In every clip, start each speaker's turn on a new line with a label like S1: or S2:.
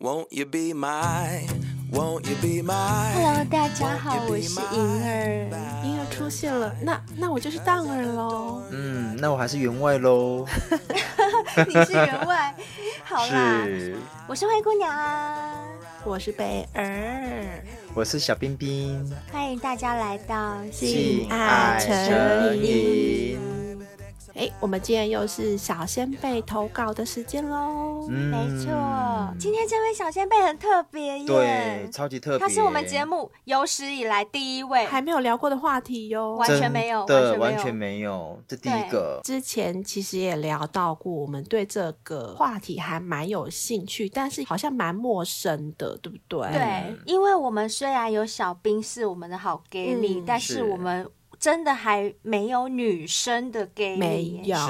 S1: Won't you be my? Won't you be my?
S2: Hello，大家好，我是银儿。
S3: 婴儿出现了，那那我就是荡儿喽。
S4: 嗯，那我还是员外喽。
S2: 你是 员外， 好啦，
S4: 是，
S2: 我是灰姑娘啊。
S3: 我是北儿，
S4: 我是小冰冰。
S2: 欢迎大家来到
S3: 敬爱成瘾。哎，我们今天又是小先辈投稿的时间喽。
S4: 嗯
S2: 没错，今天这位小先辈很特别耶，
S4: 对，超级特别。
S2: 他是我们节目有史以来第一位，
S3: 还没有聊过的话题哟。
S2: 完全没有
S4: 真的
S2: 完
S4: 完
S2: 全
S4: 全
S2: 没
S4: 没有，这第一个
S3: 之前其实也聊到过，我们对这个话题还蛮有兴趣，但是好像蛮陌生的，对不对？
S2: 对，因为我们虽然有小兵是我们的好 gay 力，
S3: 嗯
S2: 但是
S4: 是
S2: 我们真的还没有女生的 gay
S3: 没
S2: 力耶。
S3: 有，
S4: 是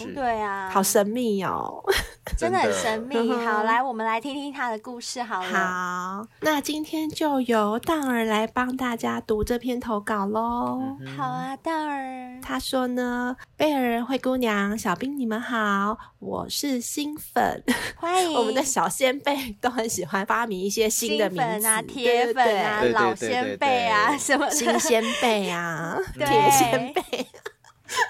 S4: 是是，
S2: 对啊，
S3: 好神秘哦。
S2: 真的很神秘
S3: 真。的嗯
S2: 好，来，我们来听听他的故事好了。
S3: 好，那今天就由荡儿来帮大家读这篇投稿喽。
S4: 嗯
S2: 好啊，蛋儿，
S3: 他说呢，贝儿、灰姑娘、小兵，你们好，我是新粉。
S2: 欢 迎
S3: 我们的小先辈都很喜欢发明一些新的名
S2: 粉
S3: 字，
S2: 啊、
S3: 对
S2: 铁
S3: 对
S2: 粉啊、
S4: 对对对
S2: 老先辈啊
S4: 对对对
S2: 什么的
S3: 对新先辈啊，
S4: 嗯
S2: 对
S3: 铁先 辈。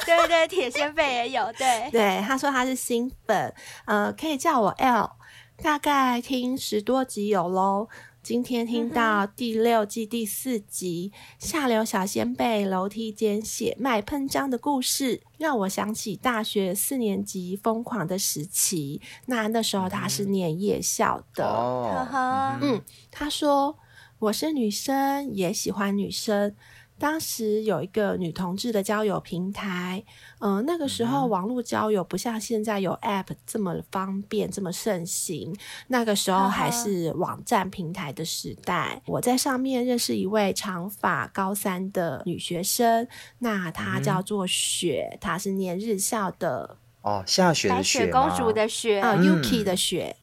S2: 对对，铁先辈也有，对，
S3: 对，他说他是新粉，呃，可以叫我 L，大概听十多集有喽。今天听到第六季第四集《下流小先辈楼梯间血脉喷张》的故事，让我想起大学四年级疯狂的时期。那那时候他是念夜校的，
S2: 呵
S4: 哦，
S2: 呵，
S3: 嗯，他说我是女生，也喜欢女生。当时有一个女同志的交友平台，嗯、那个时候网络交友不像现在有 App 这么方便、这么盛行。那个时候还是网站平台的时代，我在上面认识一位长发高三的女学生，那她叫做雪，她是念日校的，
S4: 哦，下雪
S2: 白
S4: 的
S2: 雪
S4: 雪
S2: 公
S4: 吗
S2: 主的雪
S3: 啊、
S2: 哦，
S3: y u k i 的雪，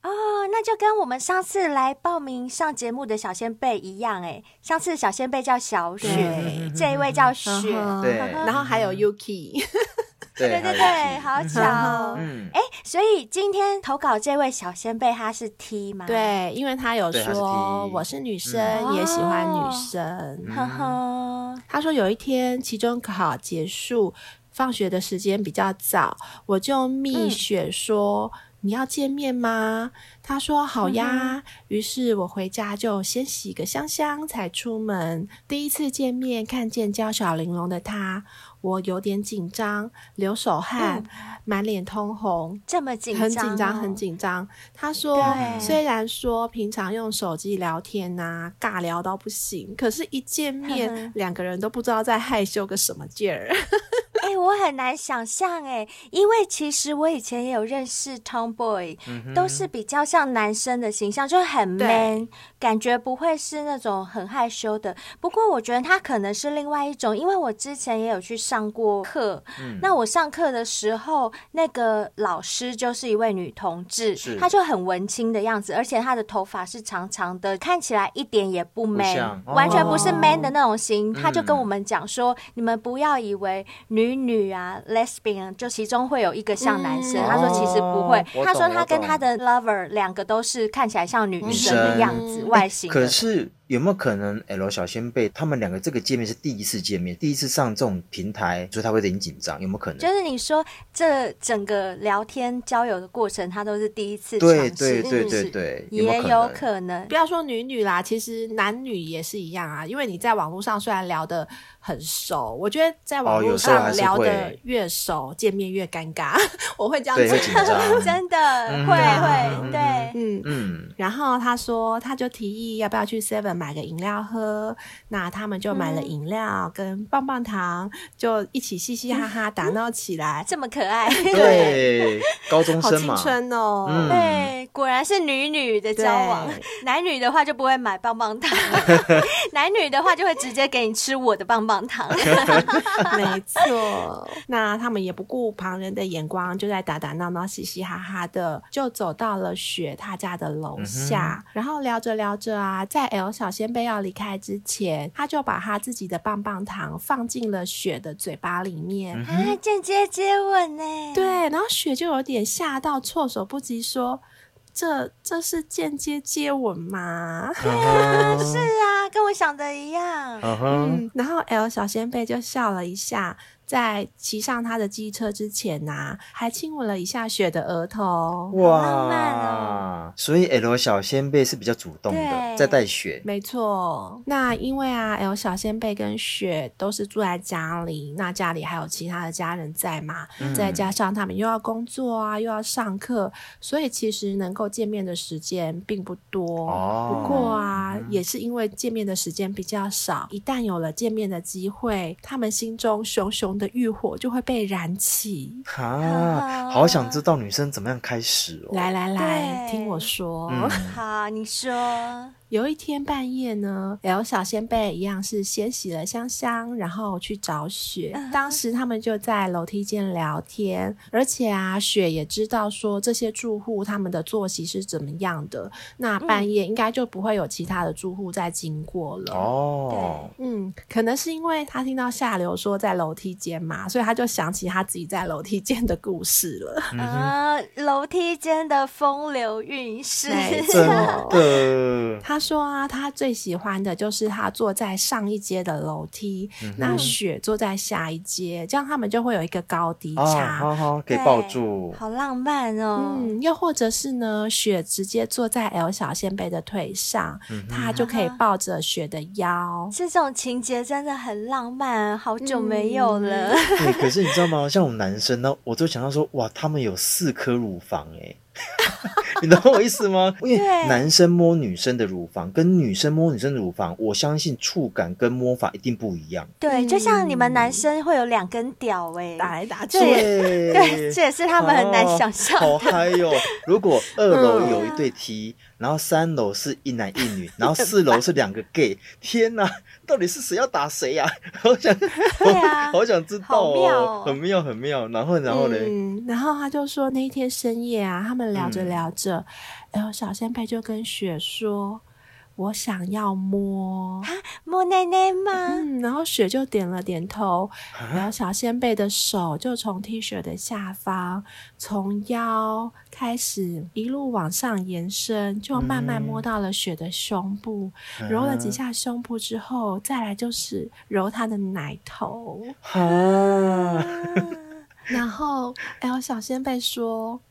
S2: 那就跟我们上次来报名上节目的小先辈一样，哎，上次小先辈叫小雪
S3: 对，
S2: 这一位叫雪，
S3: 嗯哼
S4: 对
S3: 然后还有 Yuki，
S4: 对
S2: 对对对，
S4: 还
S2: 好
S4: 有雪
S2: 巧哦。
S4: 嗯，
S2: 哎，所以今天投稿这位小先辈他是 T 吗？，
S3: 对，因为他有
S4: 对他是
S3: 说
S4: T E
S3: 我是女生，
S2: 嗯
S3: 也喜欢女
S2: 哦
S3: 生。
S2: 呵呵，
S3: 他说有一天期中考结束，放学的时间比较早，我就蜜
S2: 嗯
S3: 雪说。你要见面吗？他说好
S2: 嗯
S3: 呀。于是我回家就先洗个香香，才出门。第一次见面，看见娇小玲珑的他，我有点紧张，流手
S2: 嗯
S3: 汗，满脸通红。
S2: 这么紧
S3: 很
S2: 张，哦
S3: 紧张，很。紧张。他说，
S2: 对
S3: 虽然说平常用手机聊天呐、尬聊到不行，可是一见
S2: 呵呵
S3: 面，两个人都不知道在害羞个什么劲儿。
S2: 哎、我很难想象哎，因为其实我以前也有认识 tomboy，、都
S4: 嗯
S2: 是比较像男生的形象，就是很
S3: 对
S2: man，感觉不会是那种很害羞的。不过我觉得他可能是另外一种，因为我之前也有去上过课，
S4: 嗯
S2: 那我上课的时候，那个老师就是一位女同志，
S4: 是
S2: 她就很文青的样子，而且她的头发是长长的，看起来一点也不 man，
S4: 像
S2: 完全不是
S3: 哦
S2: man 的那种型。她就跟
S4: 嗯
S2: 我们讲说，你们不要以为女女啊，lesbian 就其中会有一个像男生，
S3: 嗯
S2: 她说其实不会
S4: 哦，我
S2: 她说
S4: 懂
S2: 她
S4: 我
S2: 跟
S4: 懂
S2: 她的 lover 两个都是看起来像女
S4: 女
S2: 生的
S4: 生
S2: 样子，
S3: 嗯
S2: 外形
S4: 可
S2: 的。
S4: 是有没有可能，L 小先辈他们两个这个见面是第一次见面，第一次上这种平台，所以他会有点紧张，有没有可能？
S2: 就是你说这整个聊天交友的过程，她都是第一次尝
S4: 对
S2: 试，
S4: 对对
S2: 是不
S4: 对
S2: 是
S4: 对，没
S2: 也有
S4: 有能？
S2: 可能。
S3: 不。要说女女啦，其实男女也是一样啊。因为你在网络上虽然聊得很熟，我觉得在网
S4: 哦有
S3: 络
S4: 时候
S3: 上
S4: 还是
S3: 聊得
S4: 会
S3: 越熟，见面越尴尬。 我会这样
S4: 对，
S3: 觉
S4: 会紧
S3: 得。
S4: 张
S2: 真的
S4: 嗯
S2: 会
S4: 嗯
S2: 会
S4: 嗯
S2: 对，
S3: 嗯，
S4: 嗯，
S3: 然后他说，他就提议要不要去 Seven 买个饮料喝。那他们就买了饮料跟棒棒糖，就一起嘻嘻哈哈打闹起 来，
S2: 这么可爱，
S4: 对，高中
S3: 好
S4: 生
S3: 青
S4: 嘛，
S3: 春哦！
S4: 嗯
S2: 对，果然是女女的交往
S3: 对。
S2: 男女的话就不会买棒棒 糖，男女的话就会直接给你吃我的棒棒 糖。啊
S3: 没错。 那他们也不顾旁人的眼光，就在打打闹闹、嘻嘻哈哈的，就走到了雪他家的楼下。然后聊着聊着啊，在 L 小仙贝要离开之前，他就把他自己的棒棒糖放进了雪的嘴巴里面。
S2: 啊，间接接吻呢？，
S3: 对，然后雪就有点吓到，措手不及，说：“这这是间接接吻吗？
S4: 对啊，
S2: 是啊，跟我想的一样。
S4: 嗯哼，
S3: 嗯，然后 L 小仙贝就笑了一下，在骑上他的机车之前呐、还亲吻了一下雪的额头。
S2: 浪漫
S4: 哇
S2: 哦！
S4: 所以 L 小先辈是比较主动的，
S2: 对
S4: 在带雪，
S3: 没错，那因为啊，L 小仙贝跟雪都是住在家里，那家里还有其他的家人在嘛，
S4: 嗯
S3: 再加上他们又要工作啊，又要上课，所以其实能够见面的时间并不多。
S4: 哦嗯
S3: 不过啊，也是因为见面的时间比较少，一旦有了见面的机会，他们心中熊熊的欲火就会被燃起。
S4: 啊，好想知道女生怎么样开始哦。
S3: 来来来，
S2: 对
S3: 听我说。
S4: 嗯，
S2: 好，你说，
S3: 有一天半夜呢，L 小仙贝一样是先洗了香香，然后去找雪。当时他们就在楼梯间聊天，而且啊，雪也知道说这些住户他们的作息是怎么样的。那半夜应该就不会有其他的住户再经过了。
S4: 哦，
S3: 嗯，可能是因为他听到下流说在楼梯间嘛，所以他就想起他自己在楼梯间的故事了。
S2: 啊，楼梯间的风流韵事，
S3: 没
S4: 真
S3: 错
S4: 的，嗯
S3: 他说啊，他最喜欢的就是他坐在上一阶的楼梯，
S4: 啊
S3: 那雪坐在下一阶，这样他们就会有一个高低
S4: 啊，
S3: 差。
S4: 好好给
S2: 对
S4: 抱住，
S2: 好浪漫哦。
S3: 嗯，又或者是呢，雪直接坐在 L 小仙贝的腿上，
S4: 嗯
S3: 他就可以抱着雪的腰。
S2: 这种情节真的很浪漫，好久没有了。
S4: 对，可是你知道吗？ 像我们男生呢，我就想到说，哇，他们有四颗乳房哎， 你懂我意思吗？因为
S2: 对
S4: 男生摸女生的乳房跟女生摸女生的乳房，我相信触感跟摸法一定不一样。
S2: 对，就像你们
S4: 嗯
S2: 男生会有两根屌哎、
S3: 打来打去，
S2: 这也
S4: 对
S2: 对， 这也是他们很难想象
S4: 哦好
S2: 的。嗯
S4: 嗨哟、如果二楼有一对 T，、然后三楼是一男一女，然后四楼是两个 gay，天哪，到底是谁要打谁呀、 好想，
S2: 对啊
S4: 好想知道
S2: 好妙
S4: 哦
S2: 哦，
S4: 很妙很妙。然后然后嘞，
S3: 嗯，然后他就说那一天深夜啊，他们聊着
S4: 嗯
S3: 聊着，然后小仙贝就跟雪说：“我想要摸。
S2: 莫奈奈”
S4: 啊
S2: 吗？
S3: 嗯，然后雪就点了点头，然后小仙贝的手就从 T 恤的下方，从腰开始一路往上延伸，就慢慢
S4: 嗯
S3: 摸到了雪的胸部，
S4: 啊
S3: 揉了几下胸部之后，再来就是揉她的奶头。
S4: 啊，
S3: 然后 L 小仙贝说：“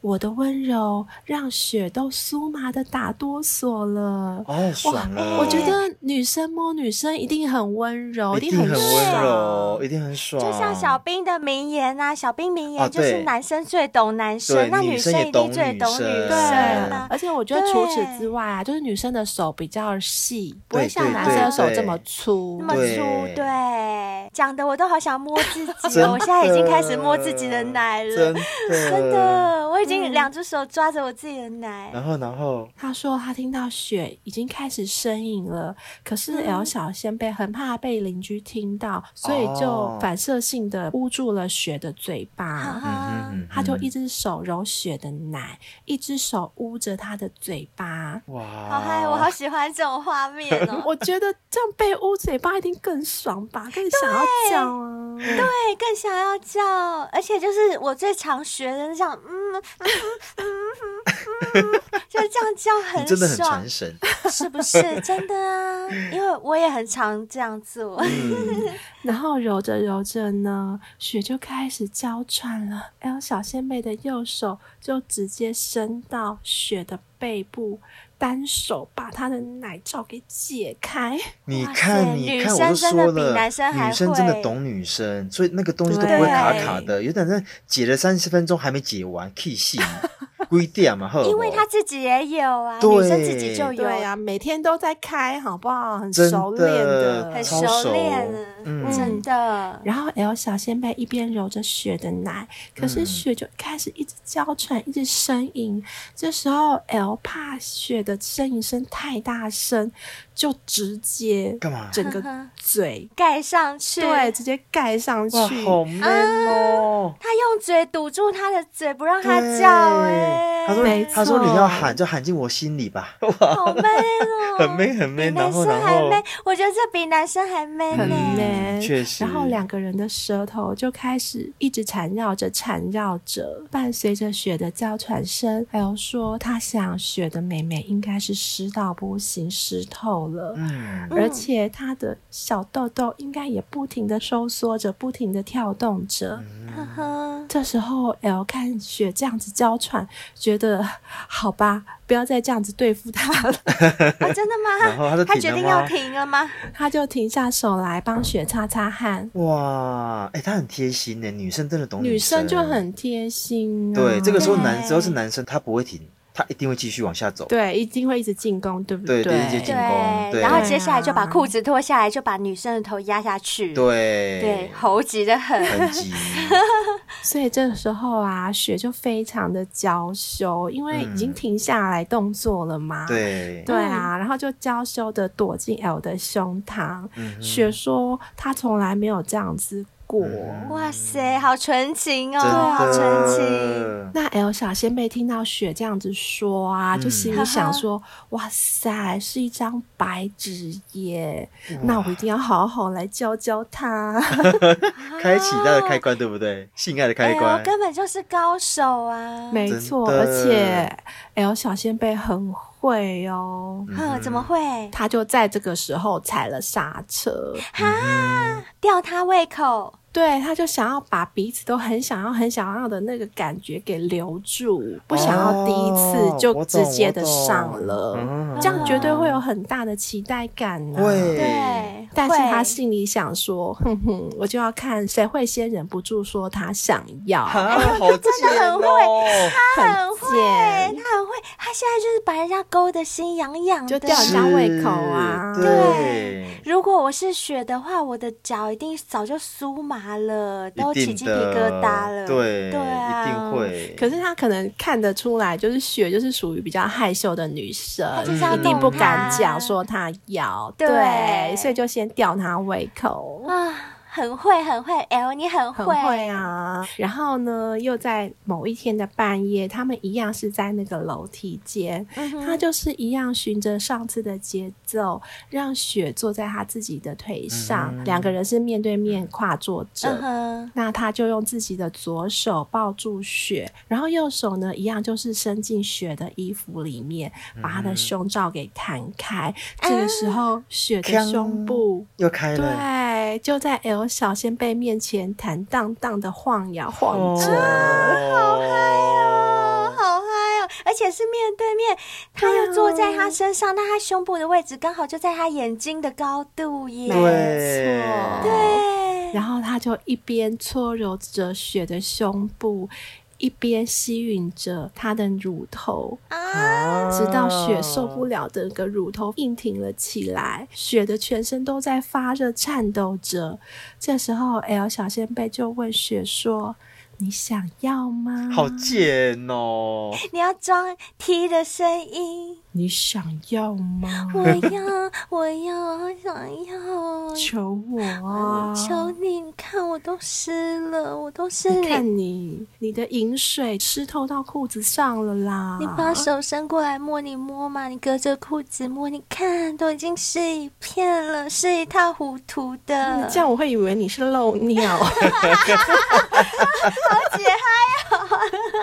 S3: 我的温柔让雪都酥麻的打哆嗦了。
S4: 哦，爽了！
S3: 我觉得女生摸女生一定很温柔，
S4: 一定
S3: 定很
S4: 温
S3: 爽
S4: 柔，一。定很爽。
S2: 就像小兵的名言啊，小兵名
S4: 啊
S2: 言就
S4: 对
S2: 是男生最懂男
S4: 对
S2: 生，那
S4: 女
S2: 女
S4: 生也
S2: 一定
S4: 懂
S2: 最
S4: 女
S2: 懂
S4: 生
S2: 女
S3: 对
S2: 生啊。
S3: 而且我觉得除此
S2: 对
S3: 之外啊，就是女生的手比较细，不
S4: 对
S3: 会像
S4: 对
S3: 男
S2: 对
S3: 生的手
S4: 对
S3: 这么粗。
S2: 那么
S4: 对
S2: 粗，对，讲的我都好想摸自己
S4: 真
S2: 哦，我现在已经开始摸自己的奶了
S4: 真，嗯的
S2: 真。的，我已经两只手抓着我自己的奶，
S4: 然后然后，
S3: 他说他听到雪已经开始呻吟了，可是
S4: 嗯
S3: L 小仙贝很怕被邻居听到，所以
S4: 哦
S3: 就反射性的捂住了雪的嘴巴。
S4: 嗯哼
S2: 啊
S4: 嗯哼
S3: 他就一只手揉雪的奶，一只手捂着她的嘴巴。
S4: 哇，
S2: 好嗨，
S4: 哦
S2: 我好喜欢这种画面
S4: 嗯
S2: 哦。
S3: 我觉得这样被捂嘴巴一定更爽吧，更想要叫啊！
S2: 对，更想要叫，而且就是我最常学的，像嗯嗯嗯嗯，嗯，就这样叫
S4: 你
S2: 很
S4: 真的很
S2: 爽
S4: 传，神。
S2: 是不是？真的啊，因为我也很常这样做。
S4: 嗯，
S3: 然后揉着揉着呢，雪就开始娇喘了。L 小仙妹的右手就直接伸到雪的背部，单手把她的奶罩给解开。
S4: 你
S2: 哇
S4: 看，
S2: 塞
S4: 你
S2: 女
S4: 看，我
S2: 生
S4: 都
S2: 真的
S4: 说
S2: 比
S4: 了，
S2: 男生还
S4: 女生真的
S2: 会
S4: 懂女生，所以那个东西都不会卡卡的。有点人解了三十分钟还没解完，K 戏归点嘛，呵。
S2: 因为他自己也有啊，
S4: 对
S2: 女生自己就有，
S3: 对啊，每天都在开，好不好？很
S4: 真
S3: 熟练
S4: 的
S2: 很
S4: 超
S2: 熟
S4: 熟
S2: 练啊，
S4: 嗯
S2: 真的。
S3: 然后 L 小仙贝一边揉着雪的奶，可
S4: 嗯
S3: 是雪就开始一直娇喘，一直呻吟。这时候 L 怕雪的呻吟声太大声，就直接
S4: 干嘛
S3: 整 个嘴
S2: 盖上去，
S3: 对，直接盖上去
S4: 哇，。好 man 哦！
S2: 他用嘴堵住他的嘴，不让他叫、哎，
S4: 他说
S3: 没
S4: 他说你
S3: 错
S4: 要喊就喊进我心里 吧，
S2: 好 man 哦，
S4: 很 man 很
S2: 比
S4: man，然
S2: 男
S4: 后
S2: 生
S4: 然
S2: 还
S4: 后嗯
S2: man，我觉得这比男生还 man
S3: 很
S2: 呢、
S3: man 言，
S4: 确实
S3: 然后两个人的舌头就开始一直缠绕着，缠绕着，伴随着雪的娇喘声，还有说他想雪的妹妹应该是湿到不行，湿透了。
S4: 嗯，
S3: 而且他的小豆豆应该也不停的收缩着，不停的跳动着。
S4: 嗯
S2: 呵呵，
S3: 这时候 L 看雪这样子娇喘，觉得好吧，不要再这样子对付他了，
S2: 啊，真的
S4: 然后他
S2: 吗？
S4: 就
S2: 他
S4: 停
S2: 决
S4: 了
S2: 定要
S4: 吗
S2: 停了吗？
S3: 他就停下手来帮雪擦擦汗。
S4: 嗯哇，哎、她很贴心呢，女生真的懂
S3: 女
S4: 生
S3: 生就很贴心、啊，
S4: 对，这个时候男
S2: 对
S4: 只要是男生，他不会停，他一定会继续往下走。
S3: 对一定会一直进攻，对不
S4: 对
S3: 对
S4: 一直进
S2: 对
S4: 攻对，
S2: 然后接下来就把
S3: 啊
S2: 裤子脱下来，就把女生的头压下去。
S4: 对
S2: 对，猴急的很。
S4: 很急，
S3: 所以这个时候啊，雪就非常的娇羞，因为已经
S4: 嗯
S3: 停下来动作了嘛。。
S4: 对，
S3: 对啊，然后就娇羞的躲进 L 的胸膛。
S4: 嗯哼
S3: 雪说她从来没有这样子过。
S4: 嗯
S2: 哇塞，好纯情哦，
S4: 真
S3: 啊
S2: 好纯情。
S4: 的，
S3: 那 L 小仙贝听到雪这样子说啊，就
S4: 嗯
S3: 心里想说：“哇塞，是一张白纸耶！那我一定要好好来教教他。
S4: 开启他的开关，对不对？性爱的开
S2: 哎
S4: 关
S2: 呦，根本就是高手啊！”
S3: 没
S4: 真
S3: 错，
S4: 的
S3: 而且 L 小仙贝很会哦，
S4: 嗯
S2: 哼，怎么会？
S3: 他就在这个时候踩了刹车。
S2: 哈，吊他胃口。
S3: 对，他就想要把彼此都很想要、很想要的那个感觉给留住，不想要第一次就直接的上了，
S4: 哦哦我懂我懂嗯
S3: 这样绝对会有很大的期待感、啊。
S4: 会
S2: 对，
S3: 但是
S2: 会
S3: 他心里想说，哼哼，我就要看谁会先忍不住说他想要。
S4: 啊，好哦真
S2: 的很会他
S3: 很
S2: 很会，
S3: 贱
S2: 他很会，他现在就是把人家勾得心痒痒
S3: 就
S2: 的，
S3: 吊人家胃口啊
S4: 对，
S2: 如果我是雪的话，我的脚一定早就酥麻了，都
S4: 一
S2: 起
S4: 定
S2: 鸡皮疙
S4: 的
S2: 瘩了。
S4: 对，
S2: 对啊，
S4: 一定。会。
S3: 可是他可能看得出来，就是雪就是属于比较害羞的女生
S2: 她就，
S4: 是要
S3: 一定
S4: 弄
S3: 不敢
S2: 她
S3: 讲说她要，
S2: 对
S3: 所以就先吊她胃口。
S2: 啊，很会，很会，L，你很
S3: 很
S2: 会，
S3: 会啊，然后呢，又在某一天的半夜，他们一样是在那个楼梯间，
S2: 嗯哼
S3: 他就是一样循着上次的节奏，让雪坐在他自己的腿上，
S4: 嗯
S3: 两个人是面对面跨坐着。
S2: 嗯哼，
S3: 那他就用自己的左手抱住雪，然后右手呢，一样就是伸进雪的衣服里面，把她的胸罩给弹开。这个时候，雪的
S4: 锵
S3: 胸部
S4: 又开
S2: 啊
S4: 了，
S3: 对，就在 L 小仙贝面前坦荡荡的晃呀晃
S4: 哦
S3: 着，
S4: 好嗨
S2: 哦，好嗨哦，而且是面对面，他又坐在他身上，那他胸部的位置刚好就在他眼睛的高度耶。
S4: 对
S3: 没错
S4: 对
S2: 对
S3: 然后他就一边搓揉着雪的胸部，一边吸吮着她的乳头，
S2: 啊，
S4: 啊
S3: 直到
S2: 哦
S3: 雪受不了的个乳头硬挺了起来，雪的全身都在发热颤抖着。这时候 L 小仙贝就问雪说：“你想要吗？
S4: 好贱哦！
S2: 你要装 T 的声 音，
S3: 你想要吗？
S2: 我要，我要，我想要。
S3: 求我啊！”
S2: 求你，你看我都湿了，我都湿
S3: 你
S2: 了。
S3: 看你，你的饮水湿透到裤子上了啦！
S2: 你把手伸过来摸，你摸嘛，你隔着裤子摸，你看都已经是一片了，是一塌糊涂的。
S3: 嗯这样我会以为你是漏 尿。
S2: 解嗨。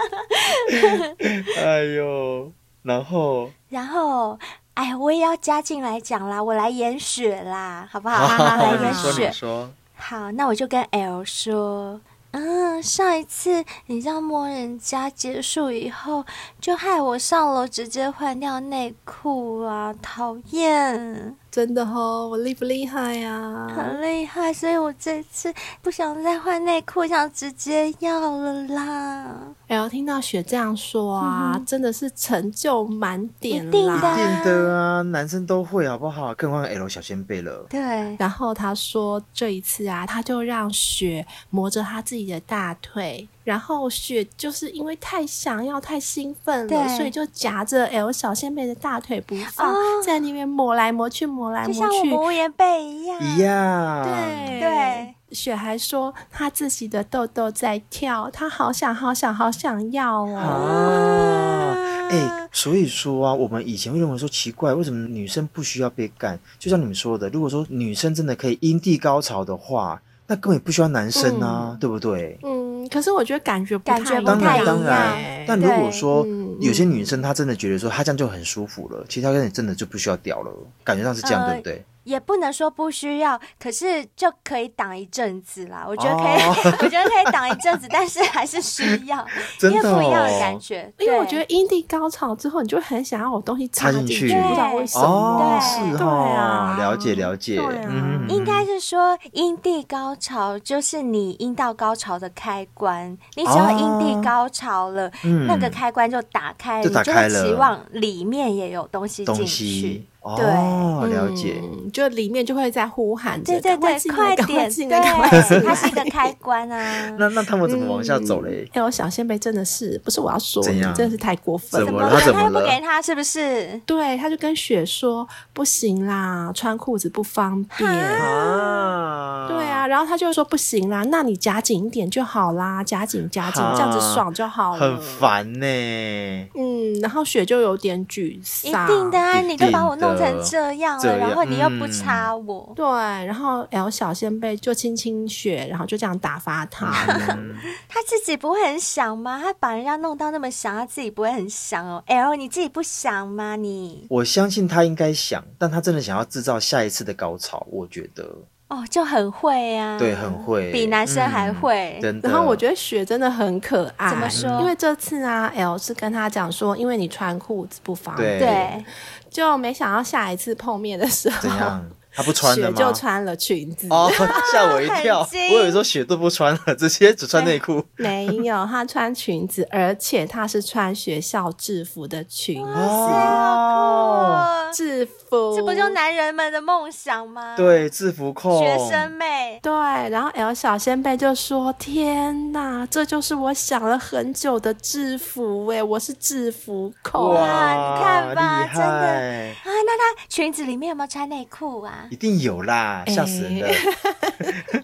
S4: 哎呦，然后
S2: 然后，哎，我也要加进来讲啦，我来演雪啦，好不好？来
S4: 啊 你
S2: 演
S4: 说
S2: 雪
S4: 你。说，
S2: 好，那我就跟 L 说，嗯，上一次你这样摸人家结束以后，就害我上楼直接换掉内裤啊，讨厌。
S3: 真的哦，我厉不厉害啊呀、
S2: 很厉害，所以我这次不想再换内裤，想直接要了啦。
S3: 然后听到雪这样说啊，真的是成就满点啦。
S2: 嗯一定的
S4: 一定的啊，男生都会好不好？更何况 L 小先辈了，
S2: 对，
S3: 然后他说这一次啊，他就让雪磨着他自己的大腿，然后雪就是因为太想要、太兴奋了，
S2: 对
S3: 所以就夹着 L 小仙贝的大腿不放，
S2: 哦
S3: 在那边磨来磨去、磨来磨
S2: 就像我
S3: 去。
S2: 们无言被一样。
S4: 一样，
S3: 对
S2: 对，
S3: 雪还说她自己的痘痘在跳，她好想好想好想要哦。
S4: 啊。哎，所以说啊，我们以前会认为说奇怪，为什么女生不需要被干？就像你们说的，如果说女生真的可以阴蒂高潮的话，那根本不需要男生啊，对不对？
S3: 嗯，可是我觉得感觉不
S2: 感觉
S3: 太
S2: 不
S4: 当
S2: 太
S4: 然
S2: 一
S4: 当
S2: 样
S4: 然，但如果
S2: 对
S4: 说
S3: 嗯
S4: 有些女生她真的觉得说她这样就很舒服了，其实她跟你真的就不需要屌了，感觉上是这样，
S2: 呃
S4: 对不对？
S2: 也不能说不需要，可是就可以挡一阵子啦。我觉得可以，
S4: 哦
S2: 我觉得可以挡一阵子，但是还是需要，
S4: 真
S2: 因为
S4: 的
S2: 不一样的感
S4: 哦，
S2: 觉。
S3: 因为我
S2: 对
S3: 觉得阴蒂高潮之后，你就很想要有东西
S4: 插进
S3: 进
S4: 去
S3: 不知道为什么。
S4: 哦，
S2: 对
S4: 是
S3: 对
S4: 哦
S3: 啊，
S4: 了解了解，
S3: 对啊
S4: 嗯，嗯
S2: 应该
S4: 嗯
S2: 是说阴蒂高潮就是你阴道高潮的开关，你只要
S4: 哦
S2: 阴蒂高潮了，
S4: 嗯
S2: 那个开关就打开了，
S4: 就打开
S2: 你就
S4: 了
S2: 会期望里面也有东西进
S4: 东
S2: 去
S4: 西。哦，了解。
S3: 嗯，就里面就会在呼喊着，
S2: 对对
S3: 赶快
S2: 对，
S3: 进来
S2: 快
S3: 赶快
S2: 点，
S3: 进
S2: 对
S3: 来，赶快进，
S2: 它是一
S3: 来
S2: 个开关啊。
S4: 那那他们怎么 往下走嘞？
S3: 哎、我小仙贝真的是，不是我要说
S4: 怎
S3: 你，
S4: 样
S3: 真的是太过分了。
S4: 怎么
S2: 了
S4: 了他怎
S2: 他又
S4: 么
S2: 不
S4: 了
S2: 给他，是不是？
S3: 对，他就跟雪说不行啦，穿裤子不方便。
S4: 啊
S3: 对啊，，然后他就说不行啦，那你夹紧一点就好啦，夹紧夹紧，
S4: 哈
S3: 这样子爽就好了。
S4: 很烦呢、
S3: 嗯，然后雪就有点沮
S2: 一
S3: 丧。
S2: 定的啊！
S4: 一
S2: 你都把
S4: 定
S2: 我弄成
S4: 的
S2: 这样
S4: 这
S2: 了，然
S4: 样
S2: 后你又不
S4: 嗯
S2: 插我，
S3: 对，然后 L 小仙贝就亲亲雪，然后就这样打发他。
S4: 嗯
S2: 他自己不会很想吗？他把人家弄到那么想，他自己不会很想哦。L，你自己不想吗？你
S4: 我相信他应该想，但他真的想要制造下一次的高潮，我觉得
S2: 哦，就很会
S3: 嗯
S2: 啊，
S4: 对，很会，
S2: 比男生还
S4: 嗯
S2: 会
S4: 真的。
S3: 然后我觉得雪真的很可爱，
S2: 怎么说
S3: 因为这次啊，L 是跟他讲说，因为你穿裤子不方便，
S4: 对
S2: 对，
S3: 就没想到下一次碰面的时候，
S4: 怎 样？他不穿了
S3: 雪
S4: 吗？
S3: 就穿了裙子。
S4: 哦， 吓我一 跳！
S2: 很精
S4: 我以为说雪都不穿了，直接只穿内裤。
S3: 没有，她穿裙子，而且她是穿学校制服的裙
S4: 哦，
S2: 哇
S3: 制服，
S2: 啊这不就男人们的梦想吗？，
S4: 对，制服控，
S2: 学生妹，
S3: 对，然后 L 小仙贝就说：“天哪，这就是我想了很久的制服哎，我是制服控。
S4: 哇，
S2: 你看吧
S4: 厉
S2: 真的
S4: 害
S2: 啊，那她裙子里面有没有穿内裤啊
S4: 一？定有啦，吓死人 了！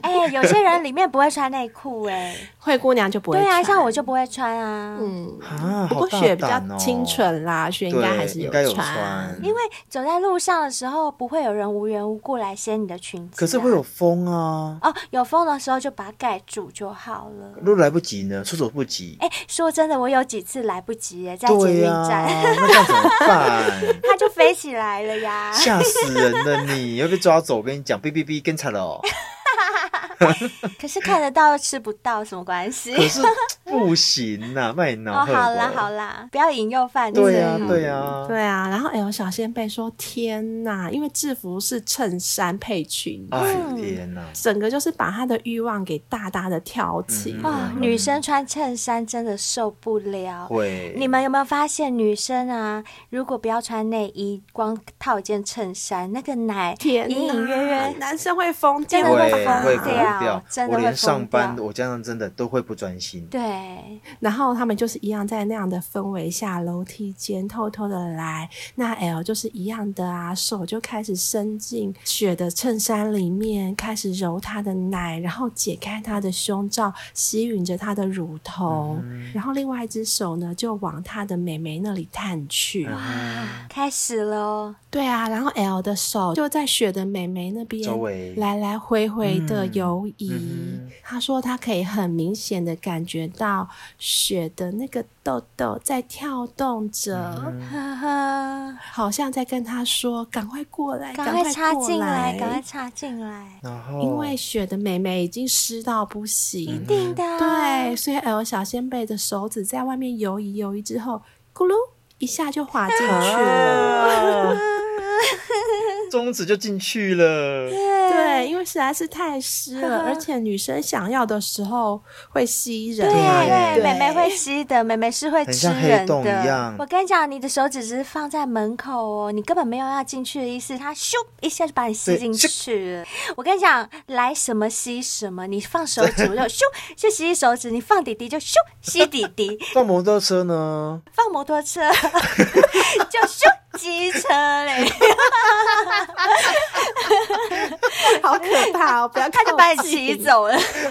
S2: 哎，有些人里面不会穿内裤，哎，
S3: 灰姑娘就不会
S2: 对啊，
S3: 穿
S2: 像我就不会穿啊，
S3: 嗯，
S4: 啊，
S3: 不
S4: 好
S3: 过
S4: 大
S3: 雪比较
S4: 胆哦
S3: 清，纯啦，雪应该
S4: 对
S3: 还是
S4: 应该有
S3: 穿。
S4: 穿
S2: 因为走在路上的时候，不会有人无缘无故来掀你的裙子啊、
S4: 可是会有风啊，
S2: 哦，有风的时候就把它盖住就好了。
S4: 如果来不及呢，措手不及。
S2: 哎、说真的，我有几次来不及耶，在捷
S4: 对
S2: 运
S4: 呀、
S2: 站，
S4: 那这样怎么办？
S2: 它就飞起来了 呀。
S4: 吓死人了你！要被抓走，我跟你讲，哔哔哔，跟惨了哦。
S2: 可是看得到又吃不到，什么关系？
S4: 可是不行呐、卖
S2: 哦，
S4: 脑。
S2: 好啦
S4: 赫伯
S2: 好，啦，不要引诱犯罪。
S4: 对呀、
S2: 嗯
S4: 对呀、啊，
S3: 对啊，然后 L 小仙贝说：“天哪，因为制服是衬衫配裙，
S2: 嗯
S4: 哎天哪，
S3: 整个就是把她的欲望给大大的挑起。
S4: 嗯
S2: 啊、女生穿衬衫真的受不了。
S4: 会
S2: 你们有没有发现，女生啊，如果不要穿内衣，光套一件衬衫，那个奶
S3: 天
S2: 隐隐约
S3: 哪
S2: 约
S3: 男生会疯掉
S2: 真的
S4: 会啊
S2: 会疯
S4: 会
S2: 掉
S4: 掉
S2: 真，的
S4: 我
S2: 会
S4: 连
S2: 疯
S4: 上班
S2: 掉
S4: 我这样真的都会不专心。
S2: 对，
S3: 然后他们就是一样在那样的氛围下，楼梯间偷偷的来。那 L 就是一样的啊，手就开始伸进雪的衬衫里面，开始揉她的奶，然后解开她的胸罩，吸吮着她的乳头。
S4: 嗯
S3: 然后另外一只手呢，就往她的美眉那里探去。
S4: 嗯啊
S2: 哇，开始喽！
S3: 对啊，然后 L 的手就在雪的美眉那边
S4: 周围
S3: 来来回回的游移。
S4: 嗯嗯哼
S3: 他说他可以很明显的感觉到雪的那个痘痘在跳动着，
S4: 嗯
S2: 呵呵，
S3: 好像在跟他说：“赶快过来，
S2: 赶
S3: 哎赶
S2: 快插
S3: 过
S2: 进来，
S3: 来，
S2: 赶快插进来，
S4: 然后
S3: 因为雪的美眉已经湿到不行，
S4: 嗯
S2: 一定的啊。
S3: 对，所以 L 小仙贝的手指在外面游移游移之后，咕噜一下就滑进去了。
S4: 啊中指就进去了，
S3: 对，因为实在是太湿了，
S2: 呵呵
S3: 而且女生想要的时候会吸人
S2: 对
S3: 嘛，对不
S2: 对，
S3: 对，
S2: 妹妹会吸的，妹妹是会
S4: 很
S2: 吃
S4: 像黑
S2: 人
S4: 洞一
S2: 的
S4: 样。
S2: 我跟你讲，你的手指只是放在门口哦，你根本没有要进去的意思，它咻一下就把你吸
S4: 对
S2: 进
S4: 咻
S2: 去了。我跟你讲，来什么吸什么，你放手指我就咻就吸手指，你放弟弟就咻吸弟 弟，
S4: 放摩托车呢？
S2: 放摩托 车就咻机车嘞。
S3: 好可怕哦！不要
S2: 他
S3: 看
S2: 就把你骑。走了。
S4: 笑死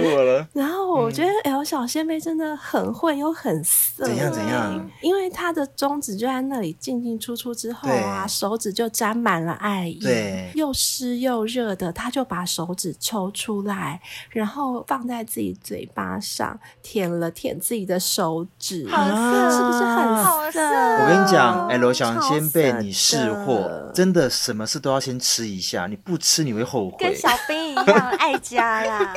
S4: 我了！
S3: 然后我觉得 L 小仙妹真的很会又很色，
S4: 嗯
S3: 欸
S4: 怎样怎样？
S3: 因为她的中指就在那里进进出出之后啊，
S4: 对
S3: 手指就沾满了爱意，
S4: 对
S3: 又湿又热的，她就把手指抽出来，然后放在自己嘴巴上，舔了舔自己的手指，
S2: 好色，啊
S3: 是不是很
S2: 好
S3: 色？
S2: 色
S4: 啊我跟你讲
S2: 哦
S4: ，L 小
S3: 呃超
S4: 先被
S3: 神
S4: 你识
S3: 的
S4: 货，真的什么事都要先吃一下，你不吃你会后悔
S2: 跟。小兵一样爱家啦？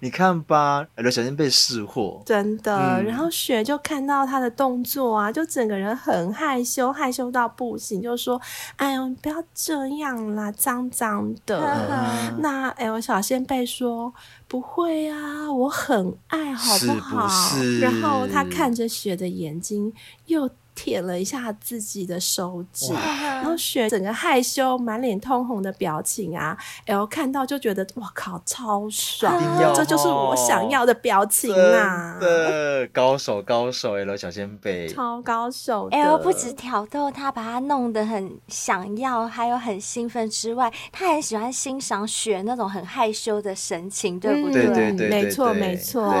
S4: 你看吧，L 小先被识货，
S3: 真的。
S4: 嗯
S3: 然后雪就看到他的动作啊，就整个人很害羞，害羞到不行，就说：“哎呦，你不要这样啦，脏脏的。
S4: 啊
S3: 那 L 小仙贝说：“不会啊，我很爱，好好？”
S4: 是不是
S3: 然后他看着雪的眼睛，又舔了一下自己的手指。
S4: 哇
S3: 然后雪整个害羞、满脸通红的表情啊，L 看到就觉得哇靠，超爽
S2: 一定要，
S3: 这就是我想要的表情
S4: 哦真
S3: 啊！
S4: 的高手高手，L 小先被。
S3: 超高手的嗯
S2: L 哎不止挑逗他，把他弄得很想要，还有很兴奋之外，他很喜欢欣赏雪那种很害羞的神情，对不
S3: 嗯
S4: 对对对对
S3: 没错
S4: 对
S3: 没错
S4: 对，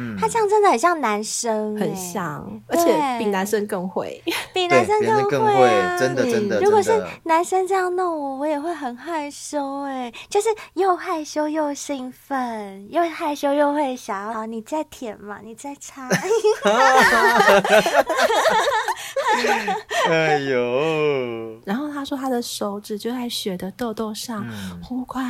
S4: 嗯
S2: 他这样真的很像男生、
S3: 很
S2: 欸
S3: 像，而
S2: 对
S3: 且比男生更会。
S2: 比
S4: 对，
S2: 男生
S4: 别人更
S2: 会啊，
S4: 真的真的
S2: 如果
S4: 真
S2: 是
S4: 的。
S2: 男生这样弄我，我也会很害羞哎、就是又害羞又兴奋，又害羞又会想要，好，你再舔嘛，你再 插，
S4: 哎 呦，
S3: 然后他说他的手指就在雪的痘痘上，
S4: 嗯
S3: 忽快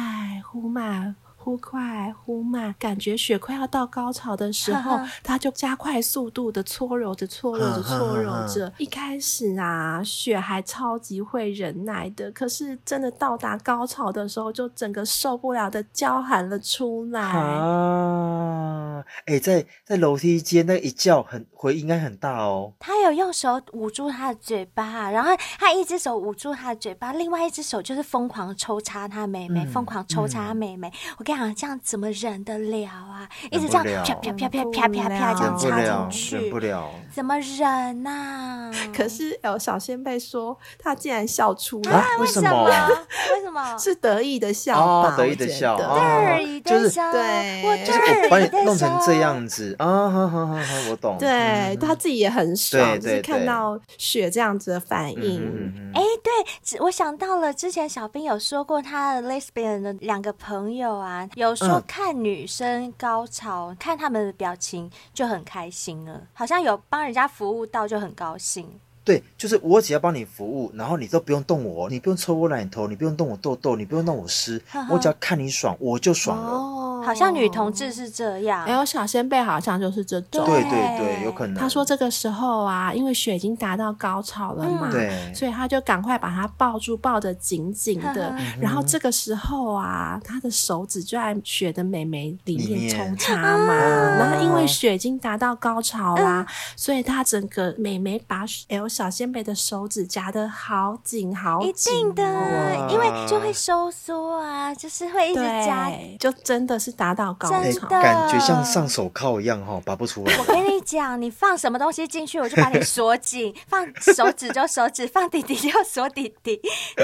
S3: 忽慢。忽快忽慢，感觉雪快要到高潮的时候
S2: 哈哈，
S3: 他就加快速度的搓揉着、搓揉着、
S4: 哈哈哈哈
S3: 搓揉
S4: 嗯
S3: 着。一开始啊，雪还超级会忍耐的，可是真的到达高潮的时候，就整个受不了的叫喊了出来。
S4: 啊，哎、在在楼梯间那一叫很回音应该很大哦。
S2: 他有用手捂住他的嘴巴，然后他一只手捂住他的嘴巴，另外一只手就是疯狂抽插他妹妹，
S4: 嗯
S2: 疯狂抽插他妹妹。我跟你讲，这样怎么忍得了啊？一
S4: 忍
S2: 直
S4: 不
S2: 这
S4: 了
S2: 样啪啪啪啪啪啪啪
S3: 哦
S2: 这
S4: 忍
S2: 样
S4: 不了
S2: 插进，
S4: 忍不
S2: 去，
S4: 了，
S2: 怎么忍呐、
S3: 可是有小仙贝说，他竟然笑出来，
S4: 啊为什
S2: 什
S4: 么
S2: 为什么？
S3: 是得意的笑
S4: 哦
S3: 吧？
S4: 得意
S3: 我
S4: 的
S3: 觉
S4: 笑
S3: 得
S4: 哦
S2: 对，一
S4: 就是
S2: 对香，
S3: 对
S2: 我
S3: 就
S4: 就是
S2: 对
S4: 我把你
S2: 一对
S4: 弄成
S2: 香
S4: 这样子啊，哈哈哈哈，我懂。
S3: 对
S4: 嗯
S3: 他自己也很爽，
S4: 对
S3: 就是
S4: 对
S3: 看
S4: 对
S3: 到雪这样子的反
S4: 嗯
S3: 应。
S4: 嗯嗯
S2: 哎，对，只我想到了，之前小兵有说过，他的 lesbian 的两个朋友啊，有说
S4: 嗯
S2: 看女生高潮，看他们的表情就很开心了，好像有帮人家服务到就很高兴。
S4: 对，就是我只要帮你服务，然后你都不用动我，你不用抽我奶头，你不用动我痘痘，你不用动我湿
S2: 哈，哈
S4: 我只要看你爽，我就爽了。
S3: 哦哎
S2: 好像女同志是这样，
S3: 还有小仙贝好像就是这种。
S4: 对
S2: 对
S4: 对对，有可能。
S3: 他说这个时候啊，因为雪已经达到高潮了嘛，
S2: 嗯
S4: 对
S3: 所以他就赶快把她抱住，抱得紧紧的
S2: 呵呵。
S3: 然后这个时候啊，他的手指就在雪的美眉里
S4: 里
S3: 面
S4: 面
S3: 抽插嘛。然后因为雪已经达到高潮啦，所以他整个美眉把 L 小仙贝的手指夹得好紧好紧哦，哦
S2: 一定的，
S4: 哇
S2: 因为就会收缩啊，就是会一直加。
S3: 对，就真的是达到高
S4: 哎
S2: 真
S3: 潮。
S2: 的
S4: 感觉像上手铐一样哈、拔不出来。
S2: 我跟你讲，你放什么东西进去，我就把你锁紧；放手指就手指，放弟弟就锁弟弟，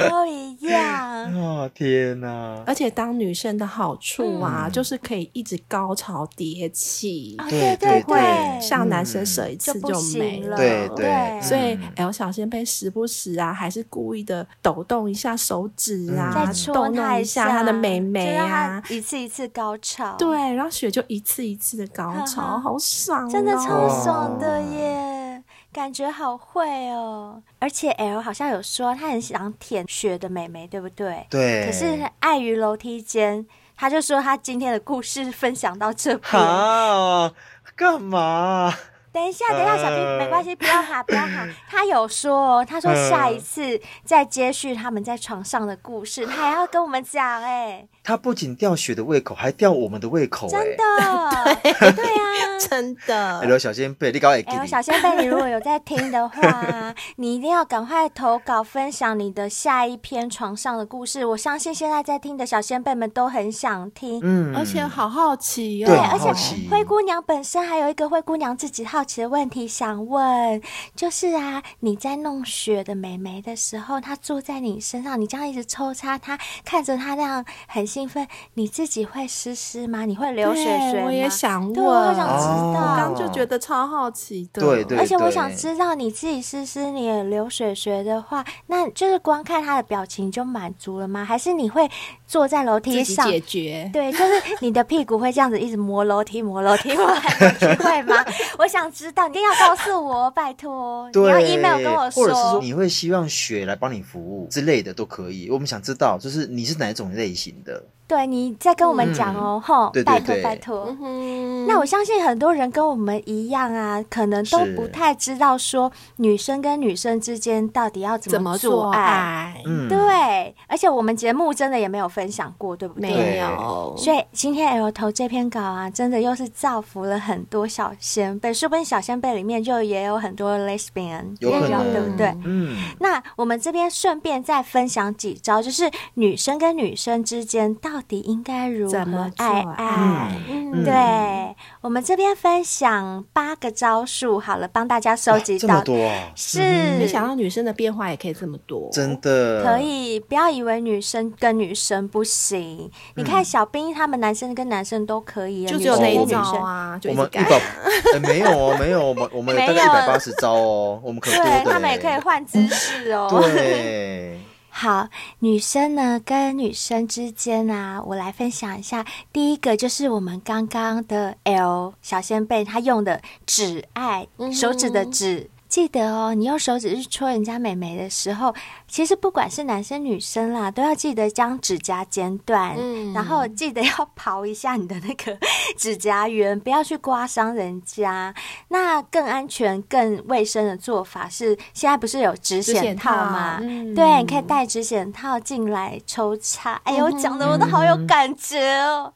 S2: 都一样。
S4: 啊天哪！
S3: 而且当女生的嗯好处啊，就是可以一直高潮迭起，
S2: 啊，
S4: 对对
S2: 对对，
S3: 像男生射一次
S2: 就不
S3: 没
S2: 行
S3: 了。
S2: 了，
S4: 对对嗯
S3: 所以 L 小仙贝时不时啊，还是故意的抖动一下手指啊
S2: 再
S4: 嗯，
S2: 戳
S3: 动
S2: 他
S3: 弄一
S2: 下
S3: 下她的美眉啊，，
S2: 就让他一次一次高潮，，
S3: 对，然后血就一次一次的高
S2: 哈
S3: 潮，
S2: 哈
S3: 好爽哦，
S2: 真的超
S4: 哇
S2: 爽的耶。感觉好会哦，而且 L 好像有说他很想舔雪的美眉，对不对？
S4: 对，
S2: 嗯可是碍于楼梯间，他就说他今天的故事分享到这边。
S4: 啊，干嘛？
S2: 等一下，等一下，小兵
S4: 呃
S2: 没关系，不要喊，不要喊。
S4: 嗯
S2: 他有说哦，他说
S4: 呃
S2: 下一次再接续他们在床上的故事，他还要跟我们讲哎，
S4: 他不仅吊雪的胃口，还吊我们的胃口、欸，
S2: 真的，哎对啊，
S3: 真的
S4: L 小仙贝，你搞 A
S2: 哎、我小仙贝，你如果有在听的话 啊，你一定要赶快投稿分享你的下一篇床上的故事。我相信现在在听的小仙贝们都很想听。哎
S4: 嗯，
S3: 而且好好奇哦，
S4: 对
S2: 而
S4: 很好
S2: 且
S4: 奇
S2: 灰姑娘本身还有一个灰姑娘自己好奇的问题想问，就是啊，你在弄雪的美眉的时候，她坐在你身上，你这样一直抽插她，看着她那样很兴奋，你自己会湿湿吗？你会流
S3: 对，
S2: 水水吗？
S3: 我也想问，
S2: 对我好想
S4: 知道
S3: 我刚就觉得超好奇的，
S4: 哦对对
S2: 而且我想知道你自己湿湿，你也流水水的话，那就是光看他的表情就满足了吗？还是你会坐在楼
S5: 自
S2: 梯
S5: 己
S2: 上？
S5: 解决。
S2: 对，就是你的屁股会这样子一直磨楼梯、磨楼梯、磨来磨去，会吗？我想知道，你一定要告诉我，拜托，你
S4: 对，
S2: 要 email 跟
S4: 或者
S2: 我
S4: 是说
S2: 说。
S4: 你会希望雪来帮你服务之类的都可以。我们想知道，就是你是哪一种类型的？
S2: 对，你再跟我们讲哦，吼、
S4: 嗯对对
S2: 拜托
S4: 对
S2: 拜托。
S3: 嗯哼，
S2: 那我相信很多人跟我们一样啊，可能都
S4: 是
S2: 不太知道说女生跟女生之间到底要
S3: 怎
S2: 怎
S3: 么
S2: 做
S3: 做
S2: 爱。
S3: 爱？
S4: 嗯，
S2: 对，而且我们节目真的也没有分享过，对不对？
S3: 没有，
S2: 所以今天 L 头这篇稿啊，真的又是造福了很多小先辈，说不定小先辈里面就也有很多 lesbian，
S4: 有可
S2: 也
S4: 能
S2: 对不对？
S4: 嗯，
S2: 那我们这边顺便再分享几招，就是女生跟女生之间到底应该如
S3: 怎么
S2: 何
S3: 做
S2: 爱爱
S3: 爱？
S4: 嗯
S2: 对我们这边分享八个招数，好了，帮大家收
S4: 哇
S2: 集
S4: 这么
S2: 到。
S4: 多啊，
S2: 是，
S3: 嗯没想到女生的变化也可以这么多，
S4: 真的
S2: 可。以，不要以为女生跟女生不行。你看小兵他们男生跟男生都可以啊，
S3: 就只有那一
S2: 女生跟
S3: 招
S2: 女生。
S3: 啊，就
S4: 我
S3: 一直
S4: 们一
S3: 改。
S4: 百、呃没有哦，没有，我们我们有大概
S2: 没有
S4: 一百八十招哦，我们可多的、
S2: 对他们也可以。换姿势哦。
S4: 对，
S2: 好，女生呢跟女生之间啊，我来分享一下。第一个就是我们刚刚的 L 小先辈他用的指爱，手指的指。记得哦，你用手指去戳人家美眉的时候，其实不管是男生女生啦，都要记得将指甲剪短，
S3: 嗯
S2: 然后记得要 刨一下你的那个指甲缘，不要去刮伤人家。那更安全、更卫生的做法是，现在不是有指
S3: 指
S2: 显
S3: 显
S2: 套
S3: 套
S2: 吗？
S3: 嗯
S2: 对，你可以戴指显套进来抽插。哎
S3: 嗯
S2: 呦，我讲的我都好有感觉哦，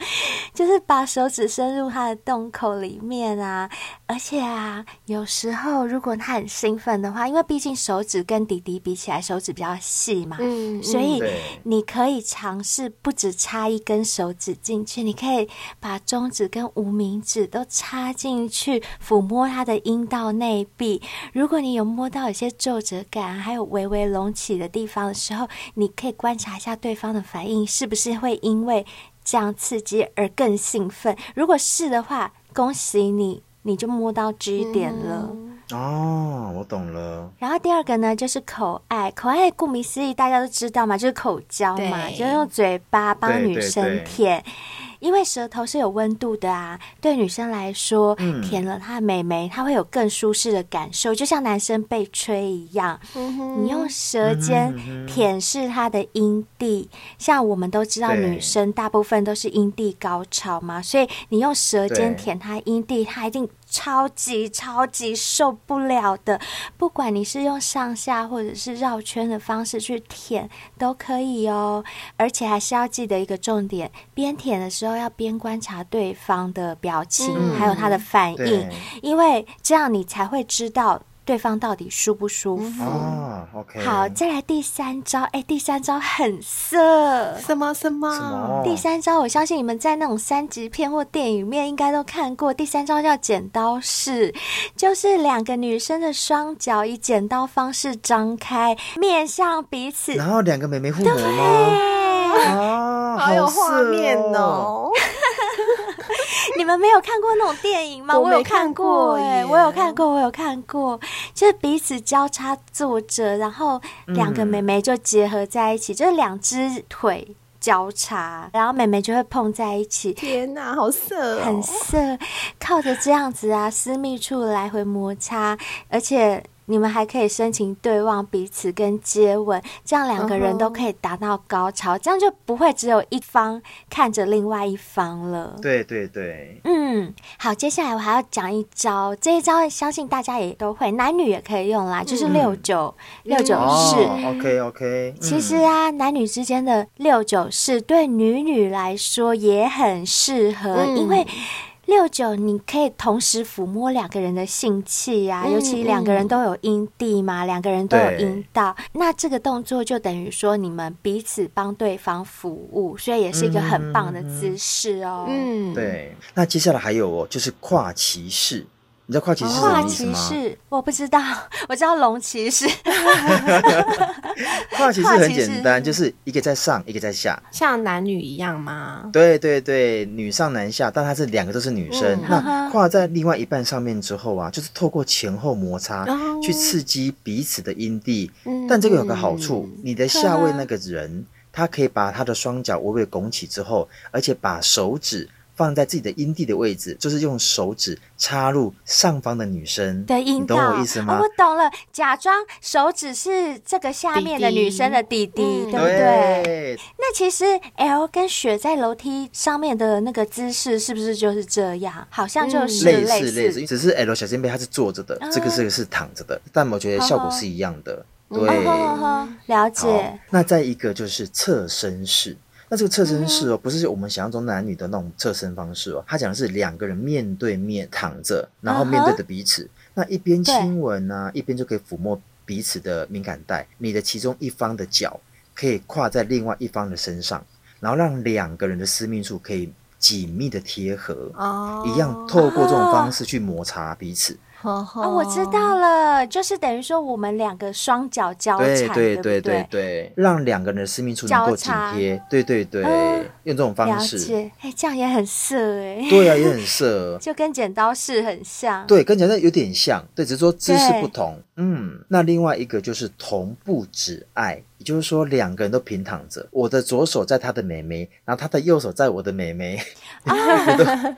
S2: 就是把手指伸入他的洞口里面啊。而且啊，有时候如果他很兴奋的话，因为毕竟手指跟弟弟比起来，手指比较细嘛，
S3: 嗯
S2: 所以
S4: 对
S2: 你可以尝试不止插一根手指进去，你可以把中指跟无名指都插进去，抚摸它的阴道内壁。如果你有摸到有些皱褶感，还有微微隆起的地方的时候，你可以观察一下对方的反应，是不是会因为这样刺激而更兴奋？如果是的话，恭喜你，你就摸到 G 点了。
S4: 哦，我懂了。
S2: 然后第二个呢，就是口爱。口爱顾名思义，大家都知道嘛，就是口交嘛，
S3: 对
S2: 就是用嘴巴帮
S4: 对
S2: 女
S4: 对
S2: 生
S4: 对
S2: 舔。因为舌头是有温度的啊，对女生来说，
S4: 嗯
S2: 舔了她的美眉，她会有更舒适的感受，就像男生被吹一样。你用舌尖
S4: 嗯
S2: 舔舐她的阴蒂，像我们都知道，
S4: 对
S2: 女生大部分都是阴蒂高潮嘛，所以你用舌尖
S4: 对
S2: 舔她阴蒂，她一定超级超级受不了的。不管你是用上下或者是绕圈的方式去舔都可以哦，而且还是要记得一个重点：边舔的时候要边观察对方的表情，还有他的反应
S4: 嗯对，
S2: 因为这样你才会知道对方到底舒不舒服。
S4: 啊，OK。
S2: 好，再来第三招，哎，第三招很色。
S3: 什么什么
S4: 什么？
S2: 第三招，我相信你们在那种三级片或电影里面应该都看过。第三招叫剪刀式，就是两个女生的双脚以剪刀方式张开，面向彼此。
S4: 然后两个妹妹互磨吗？
S2: 哎
S4: 啊，
S3: 好有
S4: 色
S3: 画面
S4: 哦。
S3: 哦！
S2: 你们没有看过那种电影吗？
S3: 我
S2: 我
S3: 没
S2: 有看
S3: 看过
S2: 过，哎，
S3: 耶
S2: 我有看过，我有看过，就是彼此交叉坐着，然后两个
S4: 嗯
S2: 妹妹就结合在一起，就是两只腿交叉，然后妹妹就会碰在一起。
S3: 天哪，好色哦，
S2: 很色，靠着这样子啊，私密处来回摩擦，而且你们还可以深情对望彼此跟接吻，这样两个人都可以达到高潮，这样就不会只有一方看着另外一方了。
S4: 对对对，
S2: 嗯，好，接下来我还要讲一招，这一招相信大家也都会，男女也可以用啦，就是六九、六九式。
S4: 哦，OK 嗯 OK。
S2: 其
S3: 嗯
S2: 实啊，男女之间的六九式对女女来说也很适合，
S3: 嗯
S2: 因为。六九，你可以同时抚摸两个人的性器啊，
S3: 嗯
S2: 尤其两个人都有阴蒂嘛，两个人都有阴道，那这个动作就等于说你们彼此帮对方服务，所以也是一个很棒的姿势哦。嗯，
S3: 嗯，
S4: 嗯，对。那接下来还有哦，就是跨骑士。你知道跨骑士是什
S2: 跨
S4: 么意思
S2: 骑
S4: 吗？
S2: 士我不知道， 我知道龙骑士，
S4: 跨骑士
S2: 跨
S4: 很
S2: 骑
S4: 简
S2: 士
S4: 单，就是一个在上，一个在下。
S3: 像男女一样吗？
S4: 对对对，女上男下，但它是两个都是女生。
S3: 嗯
S4: 那跨在另外一半上面之后啊，就是透过前后摩擦、
S3: 哦
S4: 去刺激彼此的阴蒂。
S3: 嗯
S4: 但这个有个好处，你的下位
S2: 嗯
S4: 那个人，他可以把他的双脚微微拱起之后，而且把手指放在自己的阴蒂的位置，就是用手指插入上方的女生
S2: 的阴
S4: 你
S2: 道，
S4: 懂我意思吗？
S2: 哦我懂了，假装手指是这个下面的
S3: 弟弟
S2: 女生的弟弟，
S3: 嗯
S2: 对不对？那其实 L 跟雪在楼梯上面的那个姿势是不是就是这样？好像就
S4: 嗯
S2: 是
S4: 类
S2: 似、
S4: 似类似，只是 L 小仙贝它是坐着的，这个这个是躺着的，但我觉得效果是一样的。对，
S2: 哦吼吼吼
S4: 嗯
S2: 了
S4: 好
S2: 解。，
S4: 那再一个就是侧身式。那这个侧身
S2: 嗯
S4: 式哦，不是我们想象中男女的那种侧身方式哦，它讲的是两个人面对面躺着，然后面对着彼此，那一边亲吻呢、一边就可以抚摸彼此的敏感带，你的其中一方的脚可以跨在另外一方的身上，然后让两个人的私密处可以紧密的贴合，
S3: 哦
S4: 一样透过这种方式去摩擦彼此。
S3: 呵呵
S2: 啊、我知道了，就是等于说我们两个双脚交
S4: 对
S2: 缠，
S4: 对
S2: 不
S4: 对对对，让两个人的私密处能够紧贴，对对对，
S2: 嗯
S4: 用这种
S2: 了
S4: 方式，
S2: 解，哎、这样也很色哎、，
S4: 对啊，也很色
S2: 就跟剪刀式很像。
S4: 对，跟讲的有点像，对，只是说姿势
S2: 对
S4: 不同，嗯，那另外一个就是同步指爱，也就是说两个人都平躺着，我的左手在他的美眉，然后他的右手在我的美 眉，
S2: 懂了，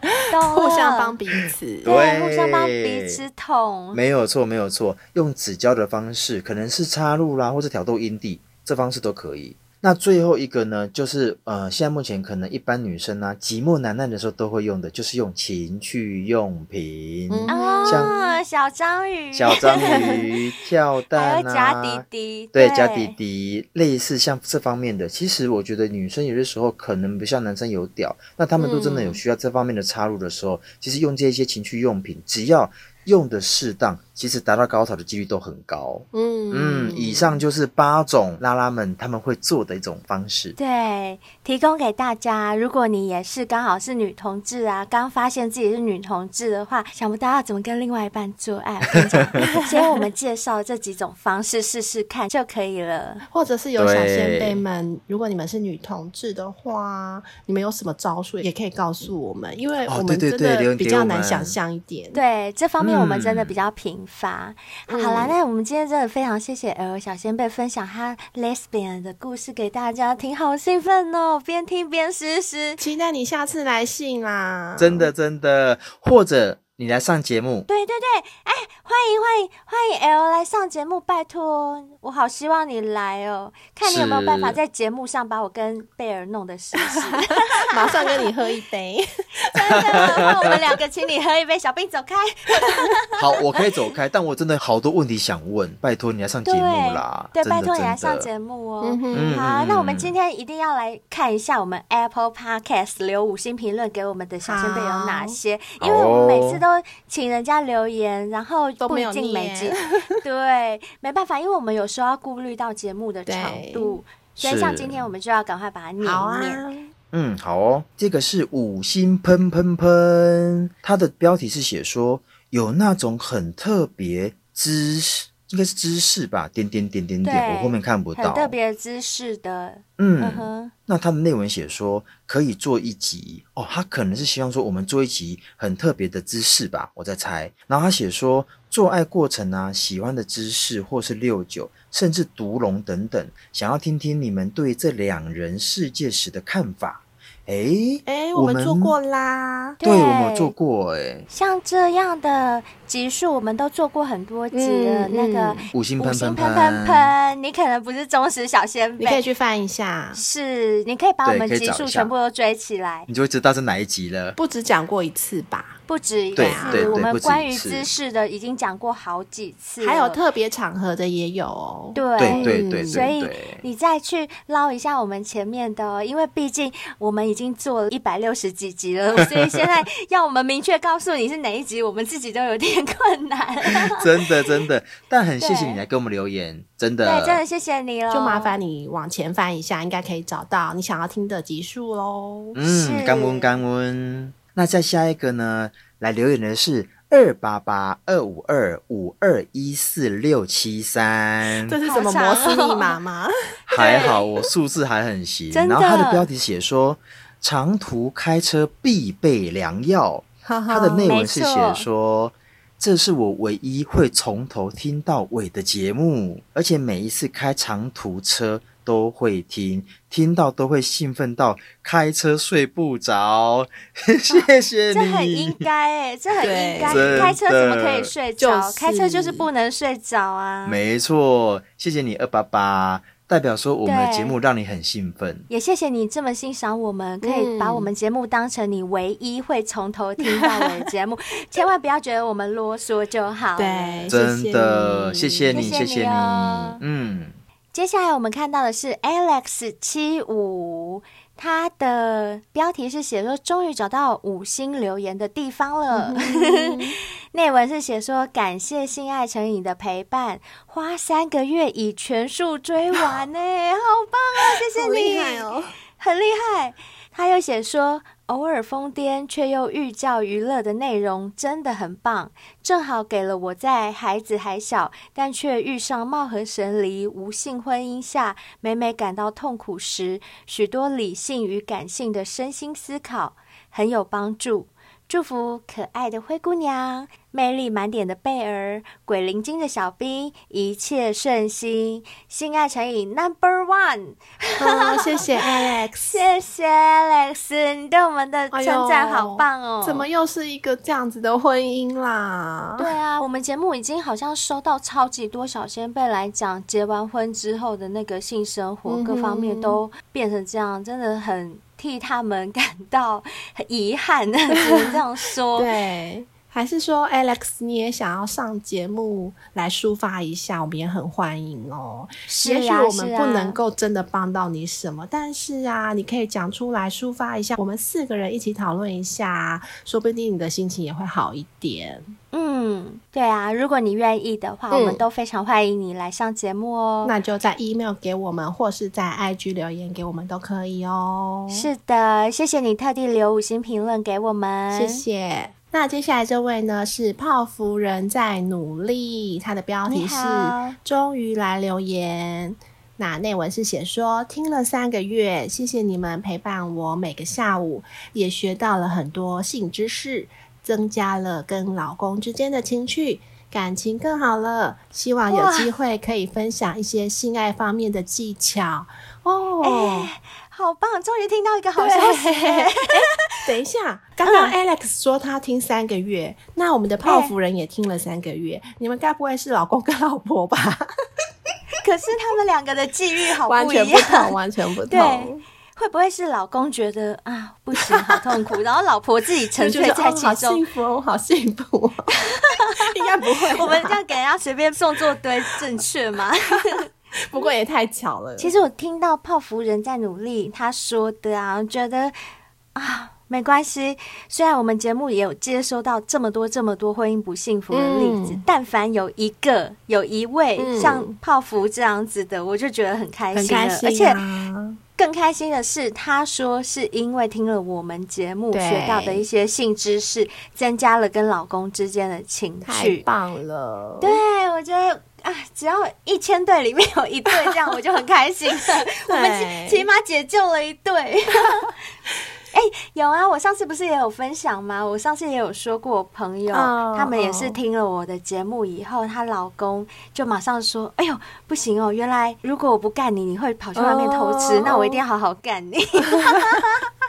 S3: 互相帮彼此。
S4: 对
S2: 对，互相帮彼此捅。
S4: 没有错没有错，用指交的方式，可能是插入啦，或者挑逗阴蒂，这方式都可以。那最后一个呢，就是呃，现在目前可能一般女生呢、啊寂寞难耐的时候都会用的，就是用情趣用品，
S3: 嗯
S2: 啊，
S4: 像
S2: 小章鱼，
S4: 小章鱼、跳
S2: 还
S4: 蛋
S2: 有夹滴
S4: 啊。
S2: 滴，
S4: 对，夹底底，类似像这方面的，其实我觉得女生有的时候可能不像男生有屌，那他们都真的
S2: 嗯
S4: 有需要这方面的插入的时候，其实用这些情趣用品，只要用的适当，其实达到高潮的几率都很高。
S3: 嗯
S4: 嗯，以上就是八种拉拉们他们会做的一种方式。
S2: 对，提供给大家。如果你也是刚好是女同志啊，刚发现自己是女同志的话，想不到要怎么跟另外一半做爱，我跟你讲 所以我们介绍这几种方式试试看就可以 了。
S3: 或者是有小先
S4: 对
S3: 辈们，如果你们是女同志的话，你们有什么招数也可以告诉我们，因为
S4: 哦
S3: 我们
S4: 对
S3: 真
S4: 对对留
S3: 的
S4: 言
S3: 比
S4: 给
S3: 较
S4: 我
S3: 难
S4: 们
S3: 想象一点。
S2: 对这方面我们真的
S4: 嗯
S2: 比较贫乏。
S3: 嗯
S2: 好啦，那我们今天真的非常谢谢 L 小仙贝分享她 lesbian 的故事给大家听，好兴奋哦！边听边试试。
S3: 期待你下次来信啦！
S4: 真的真的，或者你来上节目，
S2: 对对对，哎，欢迎欢迎欢迎 L 来上节目，拜托，我好希望你来哦，看你有没有
S4: 是
S2: 办法在节目上把我跟贝尔弄得实实。
S3: 马上跟你喝一杯。
S2: 真的，那我们两个请你喝一杯，小兵走开。
S4: 好，我可以走开，但我真的好多问题想问，拜托你来上节
S2: 对
S4: 目啦，
S2: 对，
S4: 真的
S2: 拜托你
S4: 真
S2: 来上
S4: 的
S2: 节目哦。
S3: 嗯哼，
S4: 嗯
S2: 好，那我们
S4: 嗯
S2: 今天一定要来看一下我们 Apple Podcast 留五星评论给我们的小先辈有哪些，因为我们每次都请人家留言，然后
S3: 都
S2: 不
S3: 没
S2: 一
S3: 有
S2: 定每集
S3: 念，
S2: 对，没办法，因为我们有时候要顾虑到节目的长度，所以
S4: 是
S2: 像今天我们就要赶快把它念
S3: 好
S2: 一
S3: 啊，
S2: 念。
S4: 嗯，好哦，这个是五星喷喷喷，它的标题是写说有那种很特别知识，应该是知识吧，点点点点点，
S2: 对
S4: 我后面看不
S2: 很
S4: 到。
S2: 特别的姿势的，嗯
S4: 嗯，
S2: 哼，
S4: 那它的内文写说可以做一集哦，他可能是希望说我们做一集很特别的姿势吧，我在猜。然后他写说做爱过程啊，喜欢的姿势或是六九，甚至独龙等等，想要听听你们对这两人世界史的看法。诶，
S3: 哎，
S4: 我
S3: 我们
S4: 们
S3: 做过啦。
S4: 对我们有做过诶，
S2: 像这样的集数，我们都做过很多集的
S3: 嗯
S2: 那个
S3: 嗯
S4: 五星
S2: 五
S4: 喷
S2: 星
S4: 喷
S2: 喷喷喷，你可能不是忠实小仙
S3: 你可
S2: 贝
S3: 以，去翻一下，
S2: 是，你可以把我
S4: 对
S2: 们
S4: 可以
S2: 集
S4: 找
S2: 数
S4: 一下
S2: 全部都追起来，
S4: 你就会知道是哪一集了。
S3: 不止讲过一次吧，
S2: 不止一次
S4: 对。对
S2: 啊我
S4: 对
S2: 们
S4: 不止
S2: 关
S4: 一
S2: 于
S4: 次
S2: 姿势的已经讲过好几次了，
S3: 还有特别场合的也有哦。
S2: 对
S4: 对对对
S2: 所
S4: 对
S2: 以
S4: 对，
S2: 你再去捞一下我们前面的、哦，因为毕竟我们已经做了一百六十几集了， 所以现在要我们明确告诉你是哪一集，我们自己都有点困难。
S4: 真的真的，但很谢谢
S2: 对
S4: 你来给我们留言，真
S2: 对，
S4: 的
S2: 真的谢谢你了，
S3: 就麻。烦你往前翻一下，应该可以找到你想要听的集数喽。
S4: 嗯，
S2: 是
S4: 干温干温。那再下一个呢？来留言的是二八八二五二五二一四六七三。
S3: 这是什么摩斯密码 吗？
S4: 还好我数字还很行。
S2: 真的
S4: 然后它的标题写说长途开车必备良药，它的内文是写
S2: 哦没错
S4: 说。这是我唯一会从头听到尾的节目，而且每一次开长途车都会听，听到都会兴奋到开车睡不着。 谢谢你，
S2: 这很应该哎，这很应该。
S4: 对
S2: 开车怎么可以睡着？
S3: 就是
S2: 开车就是不能睡着啊。
S4: 没错，谢谢你二八八，代表说我们的
S2: 对
S4: 节目让你很兴奋。
S2: 也谢谢你这么欣赏我们，可以把
S3: 嗯
S2: 我们节目当成你唯一会从头听到尾的节 目，千万不要觉得我们啰嗦就好了。
S3: 对，
S4: 真的，
S3: 谢
S4: 谢谢你，
S2: 谢
S4: 谢
S2: 谢
S4: 谢
S2: 你哦
S4: 嗯，
S2: 接下来我们看到的是 Alex 七五，他的标题是写说终于找到五星留言的地方了，
S3: 嗯
S2: 内文是写说感谢性爱成瘾的陪伴，花三个月已全数追完 呢，好棒啊！谢谢
S3: 好
S2: 你，
S3: 厉害哦，
S2: 很厉害。他又写说，偶尔疯癫却又寓教于乐的内容真的很棒，正好给了我在孩子还小但却遇上貌合神离、无性婚姻下，每每感到痛苦时，许多理性与感性的身心思考，很有帮助。祝福可爱的灰姑娘、魅力满点的贝儿、鬼灵精的小兵，一切顺心，性爱成瘾 Number One。
S3: 嗯谢 谢 Alex。
S2: 谢谢 Alex，你对我们的
S3: 哎
S2: 称
S3: 呦
S2: 赞好棒哦！
S3: 哎怎么？又是一个这样子的婚姻啦？
S2: 对啊，我们节目已经好像收到超级多小先辈来讲，结完婚之后的那个性生活
S3: 嗯哼
S2: 各方面都变成这样，真的很替他们感到很遗憾，只能这样说。
S3: 对，还是说 Alex 你也想要上节目来抒发一下，我们也很欢迎哦。
S2: 是啊，
S3: 也许我们
S2: 是啊
S3: 不能够真的帮到你什么，但是啊，你可以讲出来抒发一下，我们四个人一起讨论一下，说不定你的心情也会好一点。
S2: 嗯，对啊，如果你愿意的话，
S3: 嗯
S2: 我们都非常欢迎你来上节目哦。
S3: 那就在 email 给我们，或是在 IG 留言给我们都可以哦。
S2: 是的，谢谢你特地留五星评论给我们，
S3: 谢谢。那接下来这位呢是泡芙人在努力，他的标题是
S2: 你好
S3: “终于来留言”。那内文是写说，听了三个月，谢谢你们陪伴我每个下午，也学到了很多性知识，增加了跟老公之间的情趣，感情更好了。希望有
S2: 哇
S3: 机会可以分享一些性爱方面的技巧哦。
S2: 哎好棒，终于听到一个好消息耶。
S3: 等 一下，刚刚 Alex 说他听三个月，那我们的泡芙人也听了三个月，你们该不会是老公跟老婆吧？
S2: 可是他们两个的际遇 好
S3: 完
S2: 不
S3: 全
S2: 一
S3: 不
S2: 样
S3: 同，，完全不
S2: 对
S3: 同。，
S2: 会不会是老公觉得啊不行，好痛苦，然后老婆自己沉
S3: 就觉
S2: 醉
S3: 得
S2: 在
S3: 哦，好
S2: 其中
S3: 幸？福哦，好幸福哦， 应该不会吧。
S2: 我们这样给人家随便送作对正确吗？
S3: 不过也太巧了。
S2: 其实我听到泡芙人在努力，他说的啊，觉得啊。没关系，虽然我们节目也有接收到这么多这么多婚姻不幸福的例子，
S3: 嗯
S2: 但凡有一个有一位、
S3: 嗯
S2: 像泡芙这样子的，我就觉得很开
S3: 很
S2: 心了。
S3: 开心、啊，
S2: 而且更开心的是，他说是因为听了我们节目
S3: 对
S2: 学到的一些性知识，增加了跟老公之间的情
S3: 太
S2: 趣。
S3: 棒了。
S2: 对，我觉得啊，只要一千对里面有一对这样，我就很开 心了。我们起起码解救了一对。 哎、有啊！我上次不是也有分享吗？我上次也有说过，我朋友、
S3: 哦
S2: 他们也是听了我的节目以后，她老公就马上说：“哎呦，不行哦！原来如果我不干你，你会跑去外面偷吃，
S3: 哦
S2: 那我一定要好好干 你，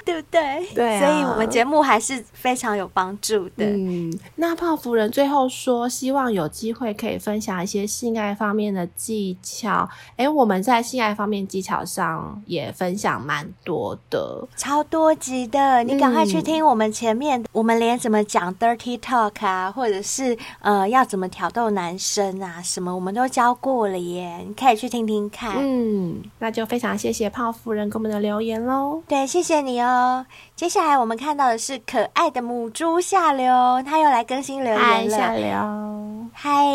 S2: 对不对？”
S3: 对啊
S2: 所以我们节目还是非常有帮助的。
S3: 嗯，那泡芙人最后说，希望有机会可以分享一些性爱方面的技巧。诶，我们在性爱方面技巧上也分享蛮多的。
S2: 超多集的，你赶快去
S3: 嗯
S2: 听我们前面，我们连怎么讲 dirty talk 啊，或者是呃要怎么挑逗男生啊，什么我们都教过了耶，你可以去听听看。
S3: 嗯，那就非常谢谢泡芙人给我们的留言喽。
S2: 对，谢谢你哦。接下来我们看到的是可爱的母猪下流，它又来更新留
S3: 嗨，
S2: 言了。
S3: 下流。！
S2: 嗨，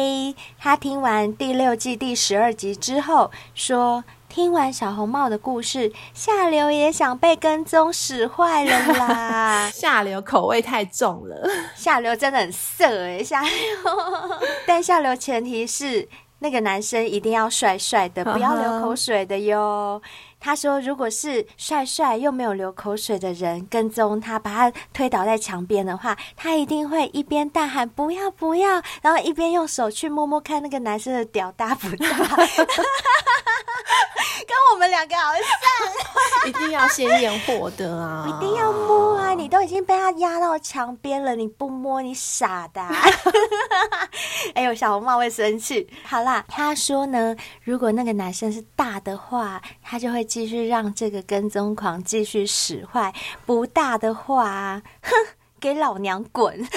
S2: 他听完第六季第十二集之后说。听完小红帽的故事，下流也想被跟踪，使坏了啦
S3: 下流口味太重了，
S2: 下流真的很色哎、下流。但下流前提是那个男生一定要帅帅的，不要流口水的哟。他说，如果是帅帅又没有流口水的人跟踪他，把他推倒在墙边的话，他一定会一边大喊“不要不要”，然后一边用手去摸摸看那个男生的屌大不大，跟我们两个好像。
S3: 一定要先验货的啊！
S2: 一定要摸啊！你都已经被他压到墙边了，你不摸你傻的、啊。 哎呦，小红帽会生气。好啦，他说呢，如果那个男生是大的话，他就会继续让这个跟踪狂继续使坏；不大的话，哼，给老娘滚！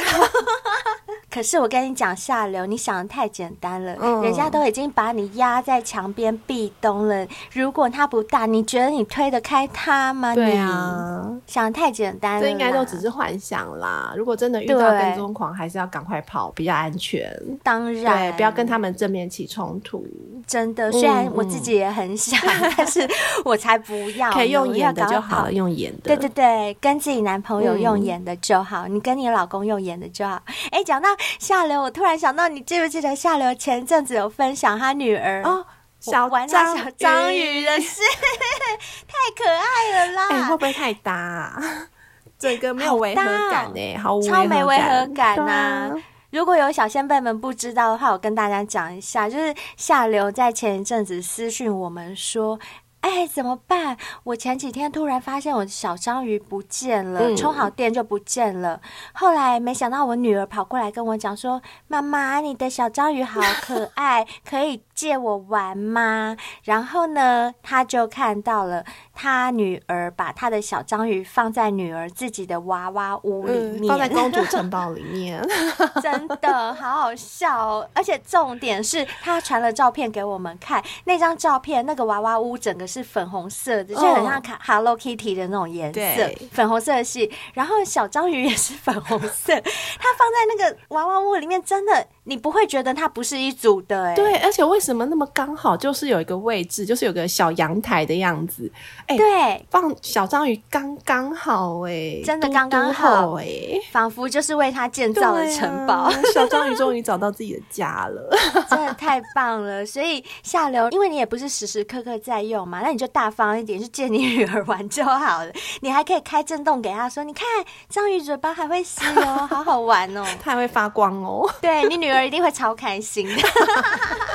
S2: 可是我跟你讲，下流，你想的太简单了。
S3: 嗯
S2: 人家都已经把你压在墙边壁咚了，如果他不大，你觉得你推得开他吗？
S3: 对
S2: 你
S3: 啊，
S2: 想得太简单了啦，
S3: 这应该都只是幻想啦。如果真的遇到
S2: 对
S3: 跟踪狂，还是要赶快跑，比较安全。
S2: 当然，
S3: 对，不要跟他们正面起冲突，
S2: 真的。虽然
S3: 嗯
S2: 我自己也很想， 但是我才不要呢，
S3: 可以用
S2: 啊我
S3: 演
S2: 要
S3: 的
S2: 赶
S3: 就
S2: 快
S3: 好
S2: 跑
S3: 了，用演的。
S2: 对对对，跟自己男朋友
S3: 嗯
S2: 用演的就好，你跟你老公用演的就好。哎，讲到下流，我突然想到，你记不记得下流前阵子有分享他女儿
S3: 哦，小
S2: 玩
S3: 章
S2: 到小章
S3: 鱼，
S2: 鱼啊的事， 太可爱了
S3: 哎、
S2: 啦！
S3: 会不会太搭、啊？ 整个没有违和感哎、好无
S2: 哦超没违和感啊
S3: 呐、
S2: 呐、如果有小先辈们不知道的话，我跟大家讲一下，就是下流在前一阵子私讯我们说。哎，怎么办？我前几天突然发现我的小章鱼不见了，
S3: 嗯
S2: 充好电就不见了。后来没想到我女儿跑过来跟我讲说：“妈妈，你的小章鱼好可爱，可以借我玩吗？” 然后呢，她就看到了她女儿把她的小章鱼放在女儿自己的娃娃屋里面，
S3: 嗯，放在公主城堡里 面，
S2: 真的好好笑哦！而且重点是他传了照片给我们看，那张照片那个娃娃屋整个是粉红色的，
S3: 嗯
S2: 就很像卡 Hello Kitty 的那种颜色
S3: 对，
S2: 粉红色系。然后小章鱼也是粉红色，它放在那个娃娃屋里面，真的你不会觉得它不是一组的哎、
S3: 对，而且为什么那么刚好就是有一个位置，就是有个小阳台的样子，哎、
S2: 对。
S3: 放小章鱼刚刚好哎、
S2: 真的
S3: 嘟嘟
S2: 刚刚好
S3: 厚哎、
S2: 仿佛就是为它建造了城堡，
S3: 对啊小章鱼终于找到自己的家了。
S2: 真的太棒了！所以下流，因为你也不是时时刻刻在用嘛，那你就大方一点，就借你女儿玩就好了。你还可以开震动给她说，你看章鱼嘴巴还会吸哦，好好玩 哦。
S3: 它还会发光哦。
S2: 对你女儿一定会超开心的。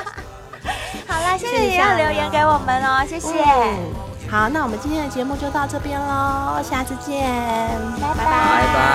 S2: 好啦，谢谢你要留言给我们哦，谢谢，
S3: 嗯好，那我们今天的节目就到这边喽，下次见，
S2: 拜拜
S4: 拜拜。